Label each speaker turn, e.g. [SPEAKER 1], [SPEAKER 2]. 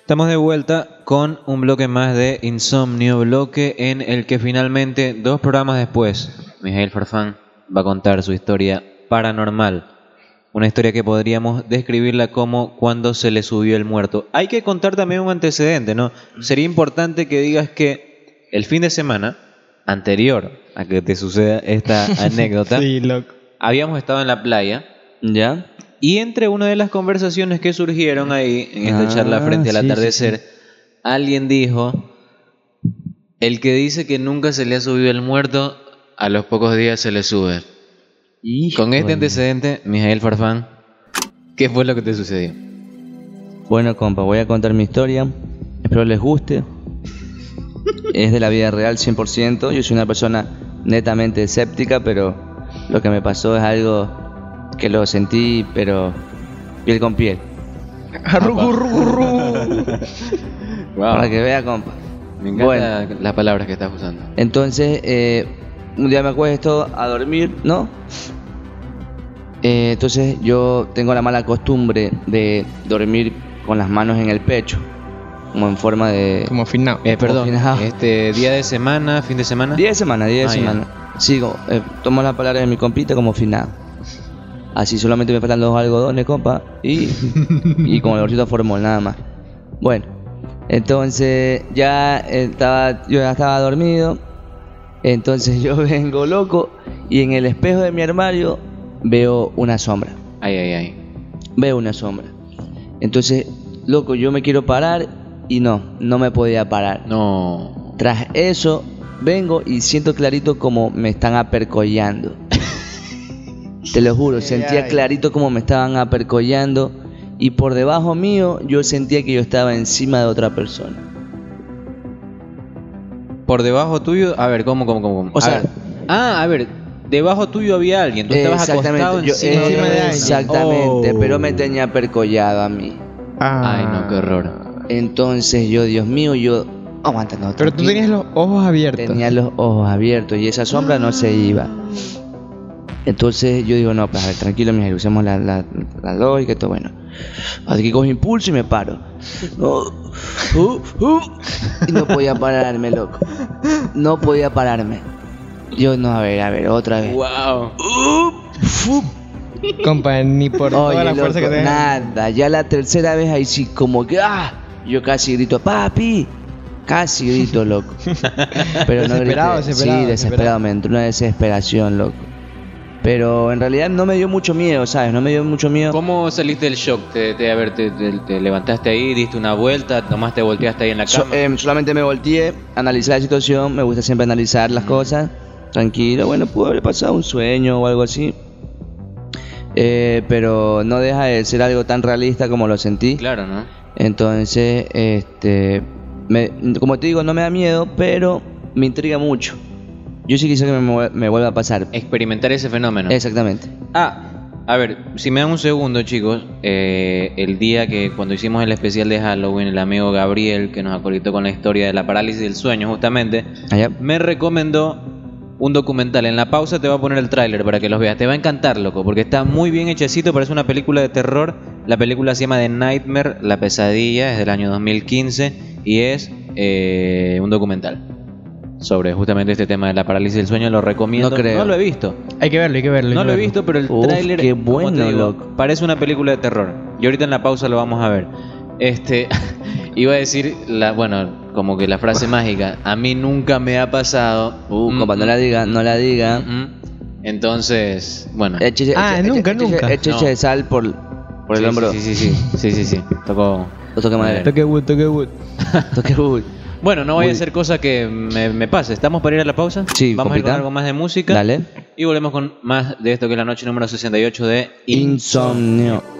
[SPEAKER 1] Estamos de vuelta con un bloque más de Insomnio, bloque en el que finalmente, dos programas después, Miguel Farfán va a contar su historia paranormal. Una historia que podríamos describirla como cuando se le subió el muerto. Hay que contar también un antecedente, ¿no? Sería importante que digas que el fin de semana anterior a que te suceda esta anécdota,
[SPEAKER 2] Sí, loco.
[SPEAKER 1] habíamos estado en la playa
[SPEAKER 3] ¿Ya?
[SPEAKER 1] y entre una de las conversaciones que surgieron ahí en esta
[SPEAKER 3] Ah,
[SPEAKER 1] charla frente al
[SPEAKER 3] sí, sí,
[SPEAKER 1] atardecer, alguien dijo, el que dice que nunca se le ha subido el muerto, a los pocos días se le sube. Con este antecedente, Mijael Farfán, ¿qué fue lo que te sucedió?
[SPEAKER 3] Bueno, compa, voy a contar mi historia. Espero les guste. es de la vida real 100%. Yo soy una persona netamente escéptica, pero lo que me pasó es algo que lo sentí, pero piel con piel. Ah,
[SPEAKER 2] Arrugu, rugu, rugu.
[SPEAKER 1] Ah.
[SPEAKER 3] Para que vea, compa.
[SPEAKER 1] Me encantan las palabras que estás usando.
[SPEAKER 3] Entonces, eh, un día me acuesto a dormir, ¿no? Eh, entonces yo tengo la mala costumbre de dormir con las manos en el pecho, como en forma de...
[SPEAKER 2] Como final.
[SPEAKER 1] Eh, perdón,
[SPEAKER 3] Confinado.
[SPEAKER 1] este día de semana, fin de semana.
[SPEAKER 3] 10 semanas, 10
[SPEAKER 1] Ah, ya.
[SPEAKER 3] semanas. Sigo, eh, tomo las palabras de mi compita como final. Así solamente me faltan los algodones, compa. Y, y con el bolsito formol, nada más. Bueno, entonces ya estaba, yo ya estaba dormido. Entonces yo vengo loco y en el espejo de mi armario veo una sombra
[SPEAKER 1] Ay, ay, ay.
[SPEAKER 3] veo una sombra. Entonces, loco, yo me quiero parar y no, no me podía parar.
[SPEAKER 1] No.
[SPEAKER 3] Tras eso, vengo y siento clarito como me están apercollando. Te lo juro, sentía
[SPEAKER 2] ay.
[SPEAKER 3] clarito como me estaban apercollando y por debajo mío yo sentía que yo estaba encima de otra persona.
[SPEAKER 1] Por debajo tuyo, a ver, ¿cómo, cómo, cómo? cómo?
[SPEAKER 3] O
[SPEAKER 1] A
[SPEAKER 3] sea-
[SPEAKER 1] ver. ah, a ver, debajo tuyo había alguien. Tú estabas acostado
[SPEAKER 3] yo-
[SPEAKER 1] encima de
[SPEAKER 2] encima
[SPEAKER 1] otra
[SPEAKER 2] de alguien.
[SPEAKER 1] persona.
[SPEAKER 3] exactamente,
[SPEAKER 1] Oh.
[SPEAKER 3] pero me tenía apercollado a mí.
[SPEAKER 2] Ah.
[SPEAKER 1] Ay, no, qué horror.
[SPEAKER 3] Entonces yo, Dios mío, yo... Aguanta, no,
[SPEAKER 2] Pero tú
[SPEAKER 3] tranquilo.
[SPEAKER 2] tenías los ojos abiertos.
[SPEAKER 3] Tenía los ojos abiertos y esa sombra no se iba. Entonces yo digo, no, pues a ver, tranquilo, Miguel, usemos la, la, la lógica y todo bueno. Así que cojo impulso y me paro. No, uh, uh, y no podía pararme, loco. No podía pararme. Yo, no, a ver, a ver, otra vez.
[SPEAKER 1] Wow.
[SPEAKER 2] Compa, ni por toda
[SPEAKER 3] Oye,
[SPEAKER 2] la fuerza
[SPEAKER 3] loco,
[SPEAKER 2] que tenés.
[SPEAKER 3] nada, ya la tercera vez ahí sí, como que ¡ah! Yo casi grito, papi, casi grito, loco. Pero no grité.
[SPEAKER 2] Desesperado, desesperado,
[SPEAKER 3] Sí, desesperado, me entró una desesperación, loco. Pero en realidad no me dio mucho miedo, ¿sabes? No me dio mucho miedo.
[SPEAKER 1] ¿Cómo saliste del shock? Te, te- a ver, te, te- te levantaste ahí, diste una vuelta, nomás te volteaste ahí en la
[SPEAKER 3] So-
[SPEAKER 1] cama.
[SPEAKER 3] em, solamente me volteé, analicé la situación, me gusta siempre analizar las cosas, tranquilo, bueno, pudo haber pasado un sueño o algo así, Eh, pero no deja de ser algo tan realista como lo sentí.
[SPEAKER 1] claro, ¿no?
[SPEAKER 3] Entonces, este, me- como te digo, no me da miedo, pero me intriga mucho. Yo sí quisiera que me, mue- me vuelva a pasar.
[SPEAKER 1] Experimentar ese fenómeno.
[SPEAKER 3] Exactamente.
[SPEAKER 1] Ah, a ver, si me dan un segundo, chicos, eh, el día que cuando hicimos el especial de Halloween, el amigo Gabriel, que nos acolitó con la historia de la parálisis del sueño, justamente,
[SPEAKER 3] Allá.
[SPEAKER 1] me recomendó un documental. En la pausa te va a poner el tráiler para que los veas. Te va a encantar, loco, porque está muy bien hechecito, parece una película de terror. La película se llama The Nightmare, La Pesadilla, es del año 2015 y es eh, un documental sobre justamente este tema de la parálisis del sueño. Lo recomiendo.
[SPEAKER 3] No creo.
[SPEAKER 1] no lo he visto.
[SPEAKER 2] Hay que verlo, hay que verlo. hay
[SPEAKER 1] No
[SPEAKER 2] que
[SPEAKER 1] lo he
[SPEAKER 2] verlo.
[SPEAKER 1] visto, pero el
[SPEAKER 3] Uf,
[SPEAKER 1] tráiler
[SPEAKER 3] qué
[SPEAKER 1] como
[SPEAKER 3] bueno,
[SPEAKER 1] te digo,
[SPEAKER 3] loco.
[SPEAKER 1] parece una película de terror. Y ahorita en la pausa lo vamos a ver. Este iba a decir la bueno, como que la frase mágica, a mí nunca me ha pasado.
[SPEAKER 3] Uh,
[SPEAKER 1] Mm,
[SPEAKER 3] compa, no la diga, no la diga.
[SPEAKER 1] mm, mm. Entonces, bueno.
[SPEAKER 3] Échese-
[SPEAKER 2] Ah,
[SPEAKER 3] échese-
[SPEAKER 2] nunca,
[SPEAKER 3] échese-
[SPEAKER 2] nunca.
[SPEAKER 3] échese
[SPEAKER 1] No.
[SPEAKER 3] de sal por, Eh, por el
[SPEAKER 1] Sí,
[SPEAKER 3] hombro.
[SPEAKER 1] Sí, sí, sí. Sí, sí, sí. Tocó.
[SPEAKER 3] Lo toque madera.
[SPEAKER 2] Toque wood, toque wood.
[SPEAKER 3] Toque- uy.
[SPEAKER 1] Bueno, no vaya a ser cosa que me, me pase. ¿Estamos para ir a la pausa?
[SPEAKER 3] Sí,
[SPEAKER 1] Vamos a ir
[SPEAKER 3] compita.
[SPEAKER 1] con algo más de música.
[SPEAKER 3] Dale.
[SPEAKER 1] Y volvemos con más de esto que es la noche número 68 de
[SPEAKER 3] Insomnio.